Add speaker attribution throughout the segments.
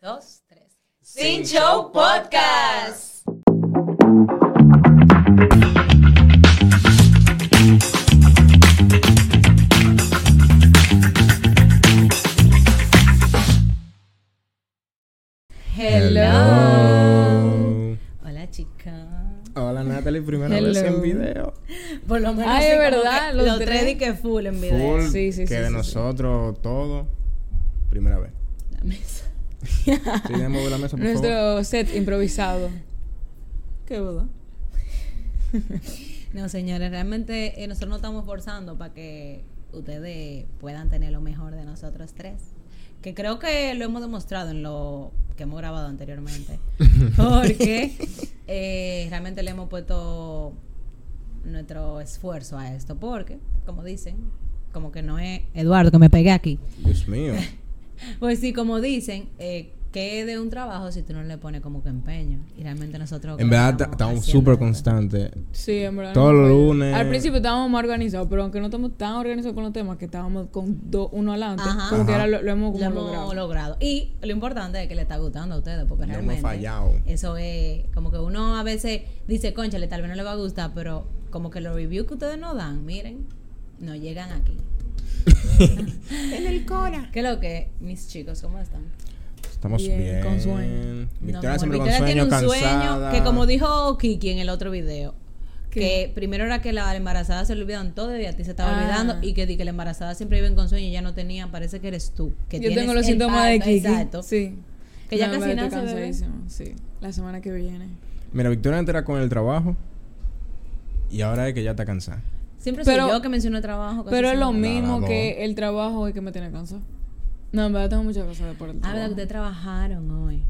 Speaker 1: dos, tres. Sin Show Podcast. Hello. Hola, chica.
Speaker 2: Hola Natalie, primera
Speaker 3: Hello.
Speaker 2: vez en video.
Speaker 1: Por lo menos.
Speaker 3: Ay,
Speaker 1: sí,
Speaker 3: es
Speaker 1: como
Speaker 3: verdad,
Speaker 1: que
Speaker 3: los
Speaker 1: Lo
Speaker 3: tres.
Speaker 1: tres di que full en video.
Speaker 2: Full,
Speaker 3: Sí, sí,
Speaker 2: que
Speaker 3: sí,
Speaker 2: de
Speaker 3: sí,
Speaker 2: nosotros todo. Primera vez.
Speaker 1: La mesa.
Speaker 2: Si de mover la mesa, por favor.
Speaker 3: Nuestro set improvisado. Qué boda.
Speaker 1: No, señores, realmente eh, nosotros nos estamos esforzando para que ustedes puedan tener lo mejor de nosotros tres. Que creo que lo hemos demostrado en lo que hemos grabado anteriormente. Porque eh, realmente le hemos puesto nuestro esfuerzo a esto. Porque, como dicen, como que no es Eduardo que me pegué aquí.
Speaker 2: Dios mío.
Speaker 1: Pues sí, como dicen, eh, que de un trabajo si tú no le pones como que empeño. Y realmente nosotros.
Speaker 2: En verdad, ta- estamos súper constantes.
Speaker 3: Sí, en verdad.
Speaker 2: Todos
Speaker 3: no
Speaker 2: los
Speaker 3: fue-
Speaker 2: lunes.
Speaker 3: Al principio estábamos más organizados, pero aunque no estamos tan organizados con los temas, que estábamos con dos, uno adelante,
Speaker 1: Ajá.
Speaker 3: como que
Speaker 2: Ajá.
Speaker 3: ahora lo, lo hemos
Speaker 1: Lo
Speaker 3: como
Speaker 1: hemos
Speaker 3: logrado.
Speaker 1: logrado. Y lo importante es que le está gustando a ustedes, porque
Speaker 2: No hemos
Speaker 1: realmente.
Speaker 2: fallado.
Speaker 1: Eso es como que uno a veces dice, conchale, tal vez no le va a gustar, pero como que los reviews que ustedes nos dan, miren, no llegan aquí.
Speaker 3: En el Cora.
Speaker 1: ¿Qué es lo que, mis chicos, cómo están?
Speaker 2: Estamos bien.
Speaker 3: Bien, con sueño.
Speaker 1: No,
Speaker 2: Victoria
Speaker 1: mi amor,
Speaker 2: siempre con
Speaker 1: Victoria
Speaker 2: sueño,
Speaker 1: tiene un
Speaker 2: cansada.
Speaker 1: sueño que como dijo Kiki en el otro video,
Speaker 3: ¿Qué?
Speaker 1: que primero era que la embarazada se le olvidaban todo y a ti se estaba
Speaker 3: Ah.
Speaker 1: olvidando y que di que la embarazada siempre viven con sueño y ya no tenían, parece que eres tú. Que
Speaker 3: Yo
Speaker 1: tienes
Speaker 3: tengo los
Speaker 1: el
Speaker 3: síntomas de
Speaker 1: parto,
Speaker 3: Kiki.
Speaker 1: Exacto.
Speaker 3: Sí.
Speaker 1: Que ya
Speaker 3: No, en
Speaker 1: casi
Speaker 3: verdad, estoy
Speaker 1: nace, bebé.
Speaker 3: cansadísima, Sí. La semana que viene.
Speaker 2: Mira, Victoria entera con el trabajo. Y ahora es que ya está cansada.
Speaker 1: Siempre
Speaker 3: Pero-
Speaker 1: soy yo que menciono el trabajo. casi
Speaker 3: Pero es lo
Speaker 1: siempre.
Speaker 3: mismo
Speaker 2: Nada, no.
Speaker 3: que el trabajo y que me tiene cansado. No, en verdad tengo muchas cosas de por el
Speaker 1: Ah, verdad que
Speaker 3: trabajo.
Speaker 1: ustedes trabajaron hoy.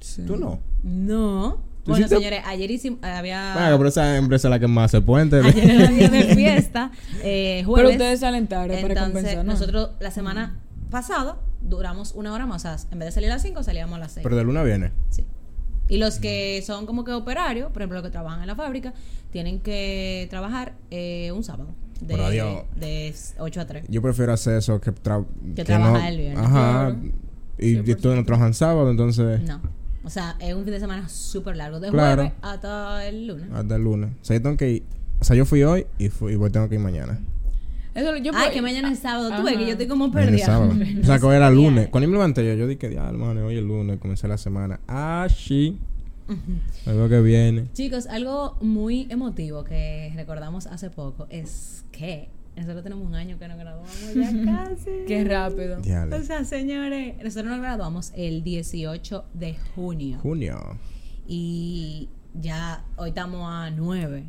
Speaker 3: Sí.
Speaker 2: Tú no.
Speaker 1: No.
Speaker 2: ¿Tú
Speaker 1: Bueno,
Speaker 2: hiciste-
Speaker 1: señores, ayer hicimos, había...
Speaker 2: Bueno, pero esa empresa es la que más se puente.
Speaker 1: Ah. Ayer era día de fiesta. eh,
Speaker 3: Pero
Speaker 1: jueves.
Speaker 3: ustedes salen tarde para
Speaker 1: Entonces,
Speaker 3: compensar, ¿no?
Speaker 1: nosotros la semana pasada duramos una hora más. O sea, en vez de salir a las 5, salíamos a las 6.
Speaker 2: Pero de luna viene.
Speaker 1: Sí. Y los que son como que operarios, por ejemplo, los que trabajan en la fábrica, tienen que trabajar eh, un sábado.
Speaker 2: Pero
Speaker 1: De,
Speaker 2: adiós.
Speaker 1: de 8 a 3.
Speaker 2: Yo prefiero hacer eso que, tra-
Speaker 1: Que
Speaker 2: no-
Speaker 1: trabajar el viernes.
Speaker 2: Ajá.
Speaker 3: Claro.
Speaker 2: Y, y tú no trabajas sábado, entonces.
Speaker 1: No. O sea, es un fin de semana súper largo. De
Speaker 2: Claro.
Speaker 1: jueves
Speaker 2: Ah,
Speaker 1: hasta el lunes.
Speaker 2: Hasta el lunes. O sea, yo tengo que ir. O sea, yo fui hoy y, fui, y voy, tengo que ir mañana.
Speaker 3: Eso, yo
Speaker 1: Ay,
Speaker 3: puedo-
Speaker 1: que mañana Ah, es sábado. Tú
Speaker 3: Ajá.
Speaker 1: ves que yo estoy como
Speaker 2: Mañana es
Speaker 1: perdida.
Speaker 2: sábado.
Speaker 1: hombre.
Speaker 2: O sea, que hoy era
Speaker 1: Sí,
Speaker 2: lunes.
Speaker 1: ya.
Speaker 2: Cuando yo me levanté yo, yo dije, ya, hermano, hoy es lunes, comencé la semana. Ah, sí. Algo que viene.
Speaker 1: Chicos, algo muy emotivo que recordamos hace poco es que nosotros tenemos un año que nos graduamos ya casi.
Speaker 3: Qué rápido.
Speaker 2: Diale.
Speaker 1: O sea, señores, nosotros nos graduamos el 18 de junio
Speaker 2: Junio.
Speaker 1: y ya hoy estamos a 9.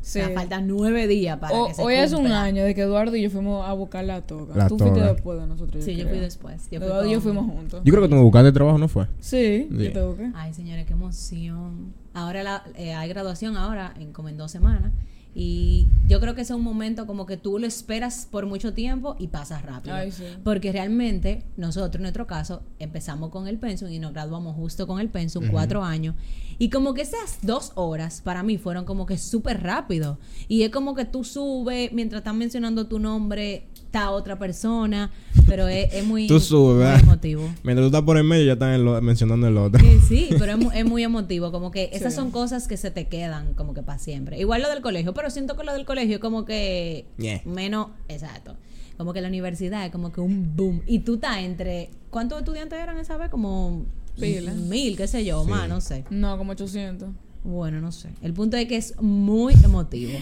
Speaker 3: Sí.
Speaker 1: O sea, faltan 9 días para
Speaker 3: O-
Speaker 1: que se
Speaker 3: hoy es un
Speaker 1: cumpla.
Speaker 3: año de que Eduardo y yo fuimos a buscar la toga.
Speaker 2: La
Speaker 3: tú fuiste
Speaker 2: toga.
Speaker 3: después de nosotros.
Speaker 1: Sí, yo
Speaker 3: creo.
Speaker 1: fui después. Yo fui
Speaker 3: Eduardo y yo
Speaker 1: con-
Speaker 3: fuimos juntos.
Speaker 2: Yo creo que tú me buscaste trabajo, ¿no fue?
Speaker 3: Sí,
Speaker 2: Sí.
Speaker 3: yo te busqué.
Speaker 1: Ay, señores, qué emoción. Ahora la- eh, hay graduación ahora, en, como en dos semanas. Y yo creo que ese es un momento como que tú lo esperas por mucho tiempo y pasas rápido.
Speaker 3: Ay, sí.
Speaker 1: Porque realmente nosotros, en nuestro caso, empezamos con el pensum y nos graduamos justo con el pensum, cuatro años. Y como que esas dos horas para mí fueron como que súper rápido. Y es como que tú subes, mientras están mencionando tu nombre, está otra persona. Pero es, es muy,
Speaker 2: Tú subes,
Speaker 1: muy
Speaker 2: ¿verdad?
Speaker 1: emotivo.
Speaker 2: Mientras tú estás por el medio, ya están en lo- mencionando el otro.
Speaker 1: Que Eh, sí, pero es mu- es muy, emotivo, como que esas
Speaker 3: Sí.
Speaker 1: son cosas que se te quedan como que para siempre. Igual lo del colegio, pero siento que lo del colegio es como que
Speaker 2: Ñe.
Speaker 1: menos, exacto. Como que la universidad es como que un boom. Y tú estás entre, ¿cuántos estudiantes eran esa vez? Como
Speaker 3: Pila.
Speaker 1: mil, qué sé yo,
Speaker 2: Sí.
Speaker 1: más, no sé.
Speaker 3: No, como 800.
Speaker 1: Bueno, no sé. El punto es que es muy emotivo.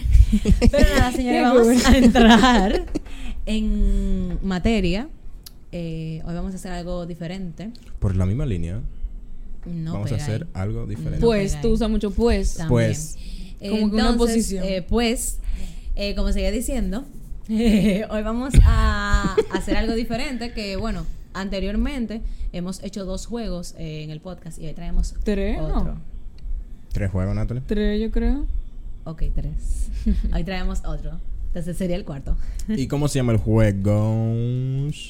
Speaker 1: Pero nada, señores,
Speaker 3: Qué
Speaker 1: vamos
Speaker 3: bueno.
Speaker 1: a entrar en materia. Eh, hoy vamos a hacer algo diferente.
Speaker 2: Por la misma línea,
Speaker 1: No
Speaker 2: vamos a
Speaker 1: pega ahí.
Speaker 2: hacer algo diferente.
Speaker 1: Pues,
Speaker 3: Pues, tú usas mucho pues.
Speaker 1: También.
Speaker 2: Pues.
Speaker 3: Como que una oposición.
Speaker 1: eh, pues, eh, como seguía diciendo, hoy vamos a hacer algo diferente que, bueno, anteriormente hemos hecho dos juegos eh, en el podcast y hoy traemos
Speaker 3: Tres, ¿no?
Speaker 1: otro.
Speaker 2: Tres juegos, Natalie.
Speaker 3: Tres, yo creo.
Speaker 1: Ok, tres. Hoy traemos otro. Entonces sería el cuarto.
Speaker 2: ¿Y cómo se llama el juego?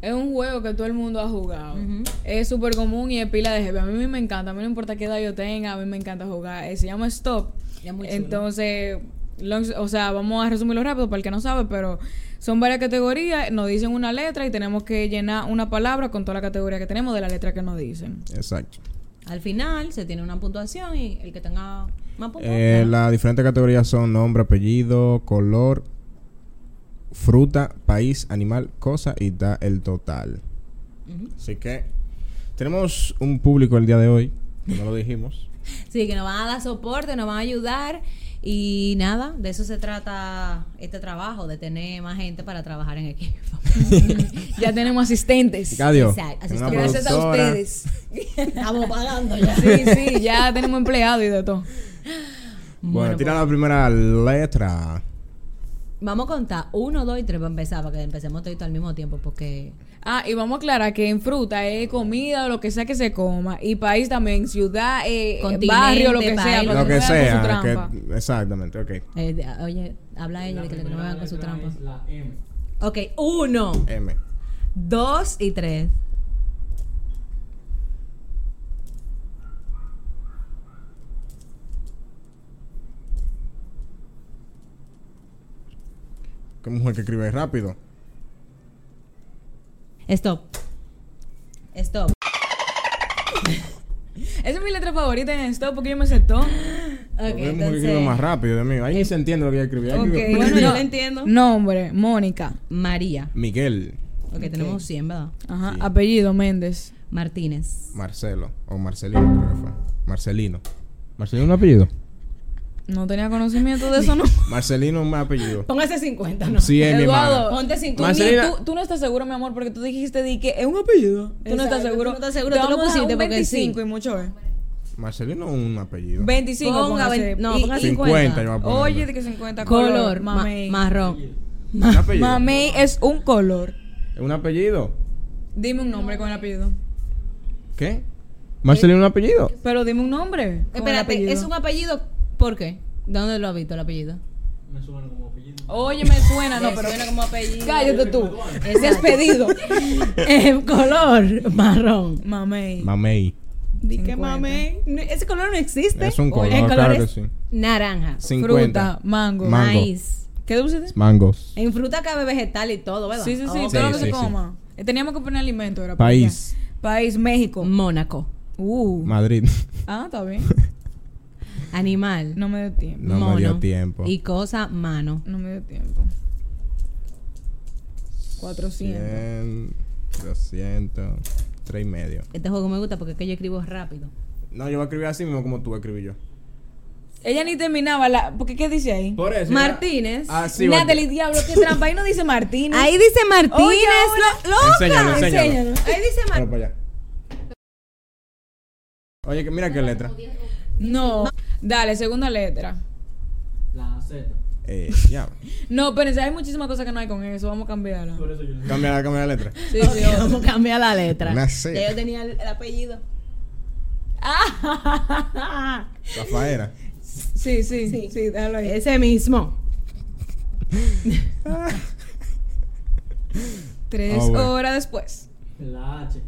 Speaker 3: Es un juego que todo el mundo ha jugado.
Speaker 1: Ujú.
Speaker 3: Es súper común y es pila de jefe. A mí me encanta. A mí no importa qué edad yo tenga, a mí me encanta jugar. Eh, se llama Stop.
Speaker 1: Ya muy chulo.
Speaker 3: Entonces, Long- o sea, vamos a resumirlo rápido para el que no sabe, pero son varias categorías, nos dicen una letra y tenemos que llenar una palabra con toda la categoría que tenemos de la letra que nos dicen.
Speaker 2: Exacto.
Speaker 1: Al final se tiene una puntuación y el que tenga más puntos.
Speaker 2: Eh,
Speaker 1: gana.
Speaker 2: las diferentes categorías son nombre, apellido, color, fruta, país, animal, cosa y da el total.
Speaker 1: Ujú.
Speaker 2: Así que tenemos un público el día de hoy, que no lo dijimos.
Speaker 1: Sí, que nos van a dar soporte, nos van a ayudar. Y nada, de eso se trata este trabajo, de tener más gente para trabajar en equipo.
Speaker 3: Ya tenemos asistentes.
Speaker 2: Cadio,
Speaker 1: Exacto, así
Speaker 2: una
Speaker 1: es. Gracias
Speaker 3: Gracias a
Speaker 2: productora.
Speaker 3: ustedes.
Speaker 1: Estamos pagando ya.
Speaker 3: Sí, sí, ya tenemos empleado y de todo.
Speaker 2: Bueno, tira la primera letra.
Speaker 1: pues, Vamos a contar uno, dos y tres para empezar, para que empecemos todo al mismo tiempo, porque
Speaker 3: Ah, y vamos a aclarar que en fruta es comida o lo que sea que se coma. Y país también, ciudad, eh,
Speaker 1: Continente,
Speaker 3: barrio, lo que sea.
Speaker 1: país.
Speaker 3: para
Speaker 2: Lo
Speaker 3: no
Speaker 2: que
Speaker 3: me vean con
Speaker 2: sea.
Speaker 3: su trampa.
Speaker 2: que- exactamente, ok.
Speaker 1: eh, de- oye, habla ella de que no me hagan con su trampa.
Speaker 4: La M.
Speaker 1: Ok, uno,
Speaker 2: M.
Speaker 1: dos y tres.
Speaker 2: Qué mujer que escribe rápido.
Speaker 1: Stop. Stop.
Speaker 3: Esa es mi letra favorita en esto porque yo me aceptó.
Speaker 1: Ok,
Speaker 2: Qué mujer que escribe más
Speaker 1: entonces.
Speaker 2: rápido, Dios mío. Ahí ni se entiende lo que ella escribió. Ella escribió-
Speaker 1: Bueno, yo lo entiendo.
Speaker 3: Nombre, Mónica.
Speaker 1: María.
Speaker 2: Miguel,
Speaker 1: Ok, tenemos 100, ¿verdad?
Speaker 3: Ajá.
Speaker 2: Sí.
Speaker 3: Apellido, Méndez.
Speaker 1: Martínez.
Speaker 2: Marcelo o Marcelino, creo que fue. Marcelino. Marcelino es un apellido.
Speaker 3: No tenía conocimiento de eso, ¿no?
Speaker 2: Marcelino es un apellido.
Speaker 1: Póngase 50, ¿no?
Speaker 2: Sí, es mi
Speaker 3: Eduardo,
Speaker 2: hermana.
Speaker 1: Ponte sin
Speaker 3: Tú,
Speaker 1: Más
Speaker 3: ni-
Speaker 2: Marcelina-
Speaker 3: tú- tú no estás seguro, mi amor, porque tú dijiste di que es un apellido. Tú
Speaker 1: Exacto,
Speaker 3: no estás seguro.
Speaker 1: tú no estás seguro,
Speaker 3: Te
Speaker 1: tú lo
Speaker 3: vamos a dar
Speaker 1: pusiste
Speaker 3: un
Speaker 1: porque sí.
Speaker 3: 25 y mucho es.
Speaker 2: Marcelino es un apellido.
Speaker 3: 25.
Speaker 1: Ponga
Speaker 3: póngase.
Speaker 1: ve- no,
Speaker 3: Y-
Speaker 1: ponga
Speaker 3: y-
Speaker 2: 50 yo voy a poner.
Speaker 3: Oye, de que 50
Speaker 1: Color, ma-
Speaker 3: mamey.
Speaker 1: marrón.
Speaker 2: ¿Un apellido?
Speaker 3: Mamey es un color.
Speaker 2: ¿Es un apellido?
Speaker 3: Dime un nombre con el apellido.
Speaker 2: ¿Qué? ¿Marcelino es un apellido?
Speaker 3: Pero dime un nombre. con el
Speaker 1: Espérate,
Speaker 3: apellido.
Speaker 1: ¿es un apellido? ¿Por qué? ¿De dónde lo has visto el apellido?
Speaker 4: Me suena como apellido.
Speaker 3: Oye, me suena, no,
Speaker 1: Me
Speaker 3: pero.
Speaker 1: suena como apellido.
Speaker 3: Cállate tú.
Speaker 1: Exacto.
Speaker 3: Despedido.
Speaker 1: Eh, color marrón.
Speaker 3: Mamey.
Speaker 2: Mamey.
Speaker 1: Di que
Speaker 3: 50.
Speaker 1: mame. No, Ese color no existe.
Speaker 2: Es un color,
Speaker 1: El color
Speaker 2: claro
Speaker 1: es
Speaker 2: que sí.
Speaker 1: naranja.
Speaker 2: 50.
Speaker 3: Fruta, mango.
Speaker 2: Ma- Mango.
Speaker 1: Maíz.
Speaker 3: ¿Qué dulce es?
Speaker 2: Mangos.
Speaker 1: En fruta cabe vegetal y todo, ¿verdad?
Speaker 3: Sí, sí, sí,
Speaker 1: Oh.
Speaker 3: todo lo
Speaker 2: Sí,
Speaker 3: que
Speaker 2: sí,
Speaker 3: se
Speaker 2: sí.
Speaker 3: coma. Eh, Teníamos que poner alimento, era para
Speaker 2: País.
Speaker 3: allá. País, México.
Speaker 1: Mónaco.
Speaker 3: Uh.
Speaker 2: Madrid.
Speaker 3: Ah, está bien.
Speaker 1: Animal.
Speaker 3: No me dio tiempo.
Speaker 2: No me dio
Speaker 1: mono.
Speaker 2: tiempo.
Speaker 1: Y cosa, mano.
Speaker 3: No me dio tiempo. 400.
Speaker 2: 100, 200, 3 y medio.
Speaker 1: Este juego me gusta porque es que yo escribo rápido.
Speaker 2: No, yo voy a escribir así mismo como tú escribí yo.
Speaker 3: Ella ni terminaba la. ¿Por qué qué dice ahí?
Speaker 2: Por eso.
Speaker 1: Martínez.
Speaker 2: Ah, Pues, sí,
Speaker 3: Natalie,
Speaker 2: porque-
Speaker 3: diablo, qué trampa. Ahí no dice Martínez.
Speaker 1: Ahí dice Martínez.
Speaker 3: Oye,
Speaker 1: lo- loca.
Speaker 2: Enséñalo, enséñalo.
Speaker 1: Ahí dice
Speaker 2: Bueno,
Speaker 1: Martínez.
Speaker 2: para allá. Oye, que mira qué letra.
Speaker 3: No. Dale, segunda letra.
Speaker 4: La Z.
Speaker 2: Eh, ya.
Speaker 3: No, pero hay muchísimas cosas que no hay con eso. Vamos a cambiarla.
Speaker 4: Por eso yo le
Speaker 2: Cambia la, cambia la letra.
Speaker 3: Sí, sí. oh,
Speaker 1: Ok, vamos a cambiar la letra.
Speaker 2: Una C.
Speaker 1: Ya yo tenía el, el apellido.
Speaker 2: Rafaela.
Speaker 3: Sí, sí, sí, déjalo ahí.
Speaker 1: Ese mismo.
Speaker 3: Tres
Speaker 2: Ah, bueno.
Speaker 3: horas después.
Speaker 4: La H.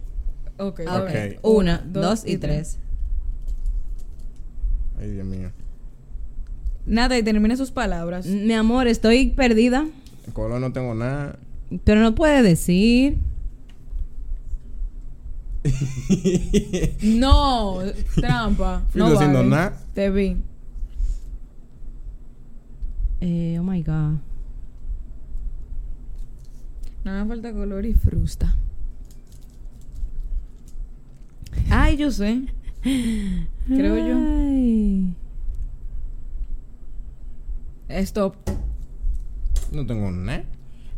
Speaker 3: Ok.
Speaker 1: Ah,
Speaker 2: Ok.
Speaker 1: ok. Una, dos y tres.
Speaker 2: Ay, Dios mío.
Speaker 3: Nada, y termina sus palabras.
Speaker 1: Mi amor, estoy perdida,
Speaker 2: Color no tengo nada.
Speaker 1: pero no puede decir.
Speaker 3: No, trampa.
Speaker 2: Fui
Speaker 3: No
Speaker 2: no haciendo
Speaker 3: vale.
Speaker 2: nada.
Speaker 3: Te vi.
Speaker 1: Eh, oh my god.
Speaker 3: Nada más falta color y frusta. Ay, yo sé. Creo yo.
Speaker 1: Ay.
Speaker 3: Stop.
Speaker 2: No tengo nada.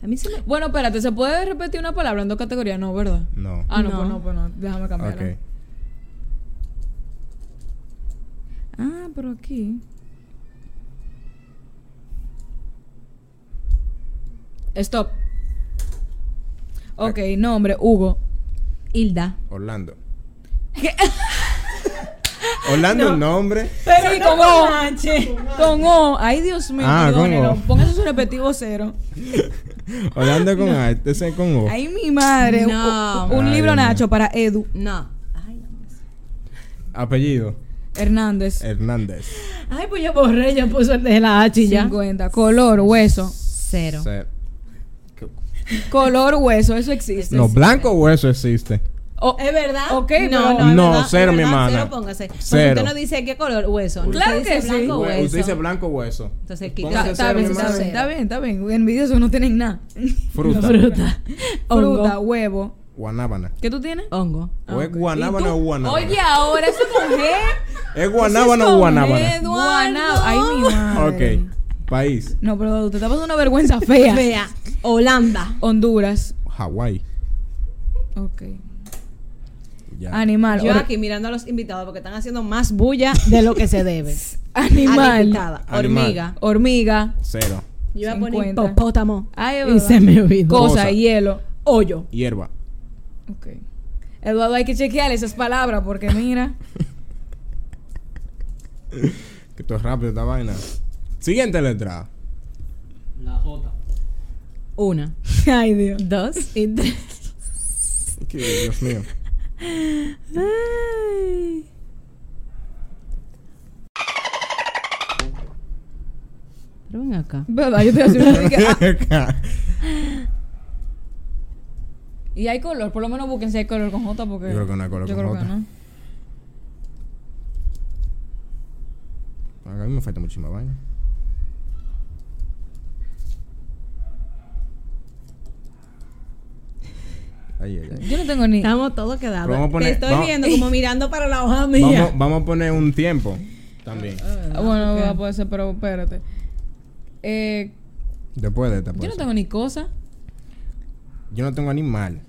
Speaker 1: A mí se me.
Speaker 3: Bueno, espérate, ¿se puede repetir una palabra en dos categorías? No, ¿verdad?
Speaker 2: No.
Speaker 3: Ah, no,
Speaker 1: No.
Speaker 3: pues no, pues no. Déjame cambiarla.
Speaker 2: ok.
Speaker 3: Ah, pero aquí. Stop. Ok, nombre, Hugo.
Speaker 1: Hilda.
Speaker 2: Orlando. Orlando es un nombre.
Speaker 3: sí, con O. Con O. Ay, Dios mío.
Speaker 2: Ah, con
Speaker 3: perdónenlo.
Speaker 2: O.
Speaker 3: Póngase su repetivo cero.
Speaker 2: Orlando con A, este es con O.
Speaker 3: Ay, mi madre.
Speaker 1: No.
Speaker 3: Un, un
Speaker 2: Ay,
Speaker 3: libro
Speaker 2: Dios mío.
Speaker 3: Nacho para Edu.
Speaker 1: No. Ay, no me sé.
Speaker 2: Apellido. ¿Eh?
Speaker 3: Hernández.
Speaker 2: Hernández.
Speaker 1: Ay, pues yo borré, yo puse el de la H y ya.
Speaker 3: 50. Color, hueso.
Speaker 1: Cero.
Speaker 2: Se-
Speaker 3: Color, hueso. Eso existe.
Speaker 2: No, blanco hueso existe.
Speaker 3: O- eh,
Speaker 1: ¿Es verdad?
Speaker 3: Ok,
Speaker 1: no,
Speaker 3: pero-
Speaker 1: no, es
Speaker 2: No,
Speaker 1: verdad,
Speaker 2: cero,
Speaker 1: es
Speaker 2: mi
Speaker 1: verdad,
Speaker 2: hermana.
Speaker 1: Cero, póngase. Porque
Speaker 2: Cero.
Speaker 1: usted no dice qué color, hueso.
Speaker 3: Claro
Speaker 1: usted dice
Speaker 3: que sí.
Speaker 1: blanco,
Speaker 2: Hue-
Speaker 1: hueso.
Speaker 2: Usted dice blanco hueso.
Speaker 1: Entonces,
Speaker 2: Póngase
Speaker 1: quita-
Speaker 3: Está, está
Speaker 2: cero, mi
Speaker 3: bien, está
Speaker 2: hermana.
Speaker 3: bien, está bien, está bien. Envidiosos no tienen nada.
Speaker 2: Fruta.
Speaker 1: Fruta.
Speaker 3: Fruta,
Speaker 1: Hongo.
Speaker 3: huevo.
Speaker 2: Guanábana.
Speaker 3: ¿Qué tú tienes?
Speaker 1: Hongo.
Speaker 2: ¿O es
Speaker 3: ok. ¿Y
Speaker 2: guanábana
Speaker 3: tú?
Speaker 2: o guanábana?
Speaker 3: Oye, ahora eso con G.
Speaker 2: ¿Es guanábana
Speaker 3: Eso
Speaker 2: o
Speaker 3: es
Speaker 2: guanábana?
Speaker 3: con G, Guanábana. Ay, mi madre.
Speaker 2: Ok. País.
Speaker 3: No, pero te está pasando una vergüenza fea.
Speaker 1: Vea. Holanda.
Speaker 3: Honduras.
Speaker 2: Hawái.
Speaker 3: Ok.
Speaker 2: Ya.
Speaker 3: Animal.
Speaker 1: Yo
Speaker 3: or-
Speaker 1: aquí mirando a los invitados porque están haciendo más bulla de lo que se debe. A
Speaker 3: Animal.
Speaker 1: diputada,
Speaker 2: Animal.
Speaker 1: Hormiga.
Speaker 3: Hormiga.
Speaker 2: Cero.
Speaker 1: Yo iba a poner
Speaker 3: 50.
Speaker 1: hipopótamo.
Speaker 3: Ay, es
Speaker 1: y
Speaker 3: verdad.
Speaker 1: se me olvidó.
Speaker 3: Cosa,
Speaker 2: Cosa.
Speaker 3: hielo.
Speaker 1: Hoyo.
Speaker 2: Hierba.
Speaker 3: Ok. Eduardo, hay que chequear esas palabras porque mira.
Speaker 2: Que esto es rápido esta vaina. Siguiente letra.
Speaker 4: La J.
Speaker 1: Una,
Speaker 3: Ay, Dios.
Speaker 1: dos y tres.
Speaker 2: Que, Dios mío.
Speaker 1: Ay. Pero ven acá.
Speaker 3: ¿Verdad? Yo te voy a decir una rica- Ah, Y hay color, por lo menos busquen si hay color con J porque.
Speaker 2: Yo creo que no hay color
Speaker 3: yo
Speaker 2: con
Speaker 3: creo que
Speaker 2: J.
Speaker 3: no.
Speaker 2: A mí me falta muchísima vaina. Ay, ay, ay.
Speaker 3: Yo no tengo ni.
Speaker 1: Estamos todos quedados.
Speaker 2: Vamos a poner-
Speaker 1: Te estoy
Speaker 2: vamos-
Speaker 1: viendo como mirando para la hoja mía.
Speaker 2: Vamos, vamos a poner un tiempo también.
Speaker 3: Ah, Bueno, va, puede ser, pero espérate. Eh,
Speaker 2: Después de esta.
Speaker 3: yo no
Speaker 2: pues.
Speaker 3: tengo ni cosa.
Speaker 2: Yo no tengo animal.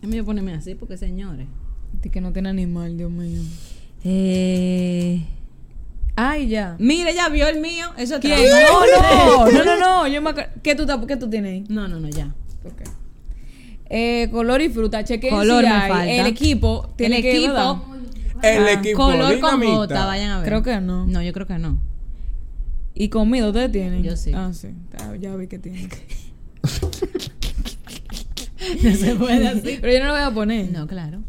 Speaker 1: Déjame yo ponerme así porque, señores.
Speaker 3: De que no tiene animal, Dios mío.
Speaker 1: Eh,
Speaker 3: Ay, ya.
Speaker 1: mire, ya vio el mío. Eso
Speaker 3: ¿Quién?
Speaker 1: trae-
Speaker 3: No, no, no, no, no, Yo me acuer- ¿Qué tú, ta- ¿Qué tú tienes ahí?
Speaker 1: No, no, no, ya.
Speaker 3: Ok. Eh, color y fruta, chequen
Speaker 1: Color
Speaker 3: si
Speaker 1: me
Speaker 3: hay.
Speaker 1: falta.
Speaker 3: El equipo
Speaker 1: El
Speaker 3: tiene que, ¿verdad?
Speaker 1: equipo.
Speaker 2: El
Speaker 3: Ah,
Speaker 2: equipo
Speaker 1: Color con
Speaker 2: dinamita.
Speaker 1: bota, vayan a ver.
Speaker 3: Creo que no.
Speaker 1: No, yo creo que no.
Speaker 3: Y comida ustedes tienen.
Speaker 1: Yo sí.
Speaker 3: Ah, sí. Ah, Ya vi que tienen.
Speaker 1: No se puede así.
Speaker 3: Pero yo no lo voy a poner.
Speaker 1: No, claro.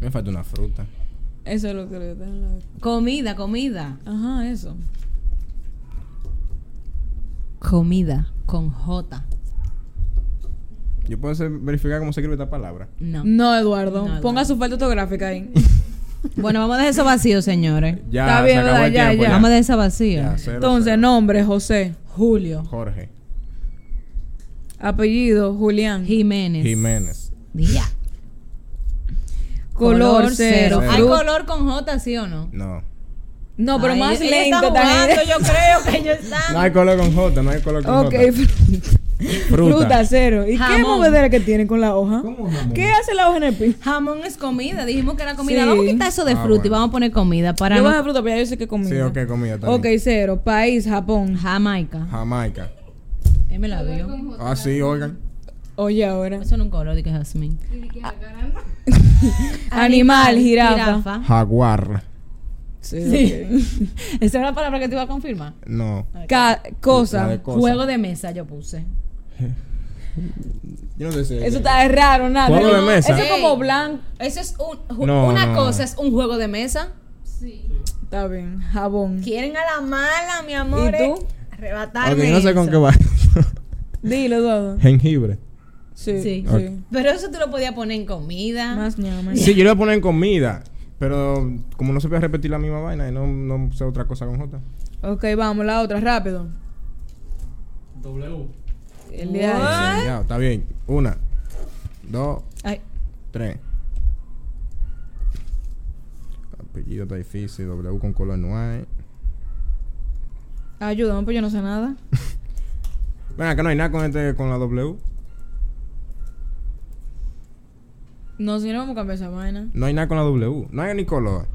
Speaker 2: Me falta una fruta.
Speaker 3: Eso es lo que le tengo en la-
Speaker 1: Comida, comida.
Speaker 3: Ajá, eso.
Speaker 1: Comida con J.
Speaker 2: Yo puedo hacer- verificar cómo se escribe esta palabra.
Speaker 1: No.
Speaker 3: No, Eduardo.
Speaker 1: No, Eduardo.
Speaker 3: Ponga su falta ortográfica ahí.
Speaker 1: Bueno, vamos a dejar eso vacío, señores.
Speaker 2: Ya,
Speaker 3: Está bien,
Speaker 2: se acabó
Speaker 3: ¿verdad?
Speaker 2: el
Speaker 3: Ya,
Speaker 2: tiempo.
Speaker 3: ya.
Speaker 1: Vamos a dejar eso vacío.
Speaker 2: Ya, cero,
Speaker 3: Entonces,
Speaker 2: cero.
Speaker 3: nombre, José.
Speaker 1: Julio.
Speaker 2: Jorge.
Speaker 3: Apellido, Julián.
Speaker 1: Jiménez.
Speaker 2: Jiménez.
Speaker 1: Ya.
Speaker 3: color, cero.
Speaker 2: cero.
Speaker 1: ¿Hay
Speaker 3: Fru-
Speaker 1: color con J, sí o no?
Speaker 2: No.
Speaker 3: No, pero
Speaker 1: Ay,
Speaker 3: más
Speaker 1: ella- ella
Speaker 3: lento.
Speaker 1: está jugando,
Speaker 3: también.
Speaker 1: yo creo que ellos están.
Speaker 2: No hay color con J, no hay color con
Speaker 3: Ah. Ok,
Speaker 2: J.
Speaker 3: fruta.
Speaker 2: Fruta.
Speaker 3: Fruta, cero. ¿Y qué
Speaker 1: Jamón.
Speaker 3: movedera que tienen con la hoja?
Speaker 2: ¿Cómo jamón?
Speaker 3: ¿Qué hace la hoja en el piso?
Speaker 1: Jamón es comida, dijimos que era comida.
Speaker 3: Sí.
Speaker 1: Vamos a quitar eso de
Speaker 2: Ah,
Speaker 1: fruta y
Speaker 2: bueno.
Speaker 1: vamos a poner comida para
Speaker 3: Yo
Speaker 1: no-
Speaker 3: voy a fruta, pero ya yo sé que comida.
Speaker 2: Sí, ok, comida
Speaker 3: Ok,
Speaker 2: también.
Speaker 3: cero. País, Japón.
Speaker 1: Jamaica.
Speaker 2: Jamaica.
Speaker 1: Él me la vio.
Speaker 2: Ah, sí, oigan.
Speaker 3: Oye, ahora.
Speaker 1: Eso no es un color, dije Ah. jazmín.
Speaker 3: Animal, jirafa.
Speaker 2: Jaguar.
Speaker 3: Sí.
Speaker 1: Esa era la palabra que te iba a confirmar.
Speaker 2: No.
Speaker 3: ok. Ca-
Speaker 2: La
Speaker 3: cosa.
Speaker 2: de cosa.
Speaker 1: Juego de mesa yo puse.
Speaker 2: Yo no sé si.
Speaker 3: Eso está raro, nada.
Speaker 2: Juego de mesa.
Speaker 3: Eso es
Speaker 1: Ey.
Speaker 3: como blanco.
Speaker 1: Eso es un, ju-
Speaker 2: No,
Speaker 1: una
Speaker 2: no.
Speaker 1: cosa, es un juego de mesa.
Speaker 3: Está bien. Jabón.
Speaker 1: Quieren a la mala, mi amor.
Speaker 3: ¿Y tú?
Speaker 1: Arrebatarme.
Speaker 2: Ok, no sé con
Speaker 1: eso.
Speaker 2: qué va.
Speaker 3: Dilo, Dodo.
Speaker 2: Jengibre.
Speaker 3: Sí.
Speaker 1: Sí. Ah.
Speaker 3: Sí.
Speaker 2: Ok.
Speaker 1: Pero eso tú lo podías poner en comida.
Speaker 3: Más ñama.
Speaker 2: Sí, yo le voy a poner en comida. Pero como no se puede repetir la misma vaina y no, no sé otra cosa con J.
Speaker 3: Ok, vamos, la otra, rápido.
Speaker 4: W.
Speaker 3: El día de-
Speaker 1: What?
Speaker 2: Sí, ya, está bien. Una, dos,
Speaker 3: Ay,
Speaker 2: tres. Apellido está difícil. W con color no hay.
Speaker 3: ayúdame, pues yo no sé nada.
Speaker 2: Bueno, acá no hay nada con, este, con la W.
Speaker 3: No, si no vamos a cambiar esa vaina.
Speaker 2: No hay nada con la W. No hay ni color.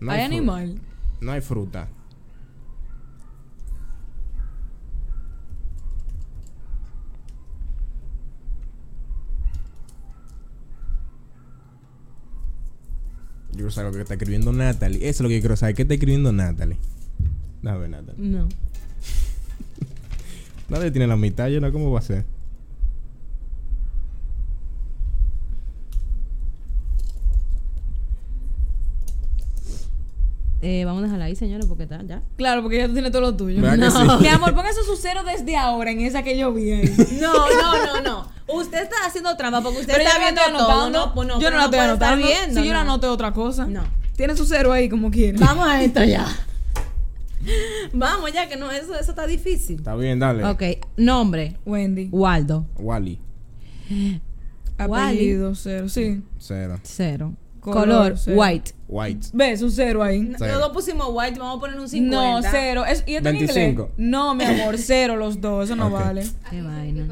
Speaker 2: No
Speaker 3: Hay
Speaker 2: fru-
Speaker 3: animal.
Speaker 2: No hay fruta. Yo quiero saber lo que está escribiendo Natalie. Eso es lo que yo quiero saber. ¿Qué está escribiendo Natalie? Déjame ver, Natalie.
Speaker 1: No.
Speaker 2: Natalie tiene la mitad llena. ¿Cómo va a ser?
Speaker 5: eh, vamos a dejarla ahí, señores, porque está ya.
Speaker 3: Claro, porque ya tú tienes todo lo tuyo.
Speaker 2: ¿Verdad que
Speaker 3: No.
Speaker 2: sí?
Speaker 3: Mi amor, póngase su cero desde ahora en esa que yo vi ahí.
Speaker 1: No, no, no, no. Usted está haciendo trampa porque usted
Speaker 3: Pero yo
Speaker 1: está
Speaker 3: no la
Speaker 1: viendo
Speaker 3: estoy
Speaker 1: todo.
Speaker 3: anotando.
Speaker 1: No, Pues no,
Speaker 3: yo
Speaker 1: pero
Speaker 3: no la estoy
Speaker 1: puede estar
Speaker 3: anotando.
Speaker 1: viendo,
Speaker 3: si yo la anoté otra cosa.
Speaker 1: No.
Speaker 3: Tiene su cero ahí como quiera.
Speaker 1: Vamos a esto ya. Vamos ya, que no, eso, eso está difícil.
Speaker 2: Está bien, dale.
Speaker 5: Ok, nombre,
Speaker 3: Wendy.
Speaker 5: Waldo,
Speaker 2: Wally,
Speaker 3: Apellido cero, sí.
Speaker 2: cero.
Speaker 5: cero.
Speaker 3: Color,
Speaker 5: Color,
Speaker 3: cero.
Speaker 5: white.
Speaker 2: White,
Speaker 3: Ve, su cero ahí.
Speaker 2: Cero.
Speaker 1: Los dos pusimos white, vamos a poner un 50.
Speaker 3: No, cero. Es, ¿Y esto en inglés?
Speaker 2: 25.
Speaker 3: No, mi amor, cero los dos. Eso no
Speaker 2: Ok.
Speaker 3: vale.
Speaker 5: Qué vaina.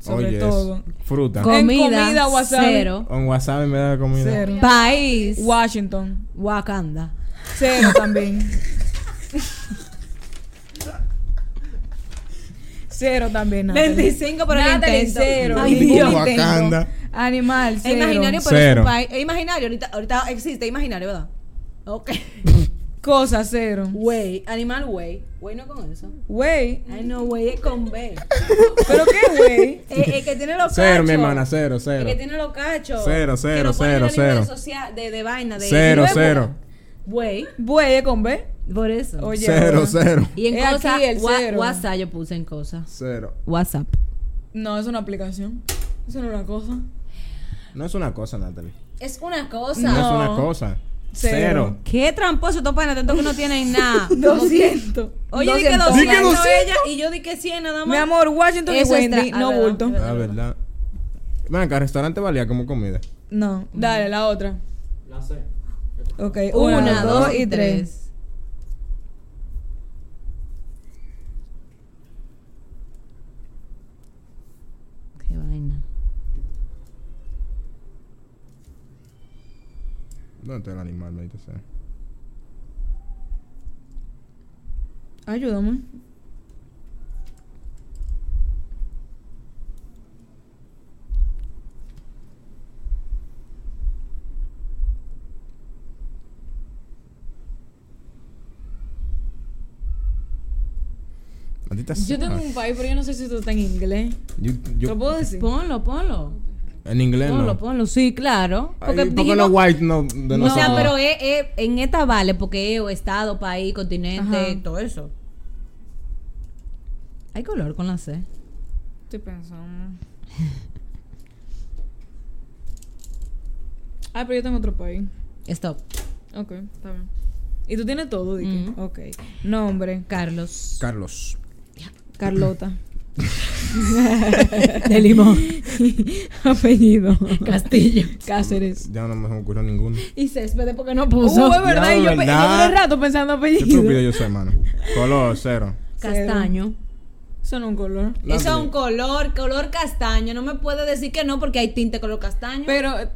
Speaker 3: Sobre
Speaker 2: Oyes.
Speaker 3: todo.
Speaker 2: Fruta.
Speaker 3: Co-
Speaker 5: Comida,
Speaker 3: comida, wasabi.
Speaker 5: cero.
Speaker 2: Con wasabi me da comida.
Speaker 3: Cero.
Speaker 5: País,
Speaker 3: Washington.
Speaker 5: Wakanda.
Speaker 3: Cero también. cero también. Natalie.
Speaker 1: 25 por el
Speaker 3: Natalie,
Speaker 1: intento.
Speaker 3: cero.
Speaker 1: Ay,
Speaker 2: Digo,
Speaker 1: Dios.
Speaker 3: Ningún intento.
Speaker 2: Wakanda.
Speaker 3: Animal,
Speaker 1: Es
Speaker 3: cero.
Speaker 1: imaginario, pero
Speaker 2: Cero.
Speaker 1: es un país. Es imaginario, ahorita, ahorita existe, es imaginario, ¿verdad? Ok.
Speaker 3: Cosa, cero.
Speaker 1: Wey, animal wey. Wey no con eso.
Speaker 3: Güey.
Speaker 1: Ay, no, wey, es con B.
Speaker 3: ¿Pero qué, güey?
Speaker 1: El que tiene los
Speaker 2: Cero,
Speaker 1: cachos.
Speaker 2: mi hermana, cero,
Speaker 1: El
Speaker 2: cero.
Speaker 1: que tiene los cachos.
Speaker 2: Cero,
Speaker 1: que
Speaker 2: cero,
Speaker 1: lo ponen en la
Speaker 2: cero,
Speaker 1: línea de
Speaker 2: cero.
Speaker 1: social- de, de vaina, de.
Speaker 2: Cero,
Speaker 1: de-
Speaker 2: cero.
Speaker 1: Wey.
Speaker 3: Güey con B.
Speaker 5: Por eso.
Speaker 3: Oye.
Speaker 2: Cero,
Speaker 3: ahora.
Speaker 2: cero.
Speaker 5: y en
Speaker 3: He
Speaker 5: cosas,
Speaker 3: aquí el cero.
Speaker 5: WhatsApp yo puse en cosas.
Speaker 2: Cero.
Speaker 5: WhatsApp.
Speaker 3: No, es una aplicación. Eso no es una cosa.
Speaker 2: No es una cosa, Natalie.
Speaker 1: Es una cosa.
Speaker 2: No, es
Speaker 3: No.
Speaker 2: una cosa.
Speaker 3: Cero.
Speaker 2: Cero.
Speaker 5: Qué tramposo, estos panas, tanto que no tienen nada.
Speaker 3: 200.
Speaker 1: Oye, di que 200
Speaker 3: 200.
Speaker 2: Di que
Speaker 1: ella y yo di que 100 nada más.
Speaker 3: Mi amor, Washington y
Speaker 5: Eso es
Speaker 3: Wendy,
Speaker 5: tra- ah,
Speaker 3: no
Speaker 5: verdad,
Speaker 3: bulto.
Speaker 5: verdad.
Speaker 2: La verdad. Ven acá, restaurante valía como comida.
Speaker 3: No,
Speaker 1: Mm.
Speaker 3: dale, la otra.
Speaker 4: La C.
Speaker 3: Ok,
Speaker 5: Una,
Speaker 3: una,
Speaker 5: dos,
Speaker 3: dos y tres.
Speaker 5: tres. Qué vaina.
Speaker 2: ¿Dónde está el animal? maldita sea?
Speaker 3: Ayúdame.
Speaker 2: Maldita
Speaker 3: Yo
Speaker 2: sea.
Speaker 3: tengo un país, pero yo no sé si esto está en inglés.
Speaker 2: Yo-
Speaker 3: ¿Te
Speaker 2: yo-
Speaker 3: lo puedo decir?
Speaker 5: Ponlo, ponlo.
Speaker 2: en inglés no.
Speaker 5: Ponlo, ponlo. Sí, claro.
Speaker 2: Ay,
Speaker 5: Porque
Speaker 2: ¿Por qué
Speaker 5: dijimos-
Speaker 2: los white no? De
Speaker 5: O sea,
Speaker 2: nosotros?
Speaker 5: pero es- es- en esta vale porque es o estado, país, continente,
Speaker 3: Ajá.
Speaker 5: todo eso. Hay color con la C.
Speaker 3: Estoy pensando. Ah, pero yo tengo otro país.
Speaker 5: Stop.
Speaker 3: Ok, está bien. ¿Y tú tienes todo, Dicky?
Speaker 5: Ujú.
Speaker 3: Ok. Nombre.
Speaker 5: Carlos.
Speaker 2: Carlos.
Speaker 3: Carlota.
Speaker 5: De limón.
Speaker 3: Apellido.
Speaker 5: Castillo.
Speaker 3: Cáceres.
Speaker 2: Ya no me ocurrió ninguno. Qué
Speaker 5: Y césped porque no
Speaker 3: Uh, es verdad.
Speaker 2: Ya,
Speaker 3: y yo, pe-
Speaker 2: ¿verdad?
Speaker 3: yo duré rato pensando apellido.
Speaker 2: estúpido yo soy, hermano. Color, cero.
Speaker 5: Castaño.
Speaker 3: Son un color.
Speaker 1: Eso es
Speaker 2: Natalie.
Speaker 1: un color, color castaño. No me puede decir que no porque hay tinte color castaño.
Speaker 3: Pero. eh,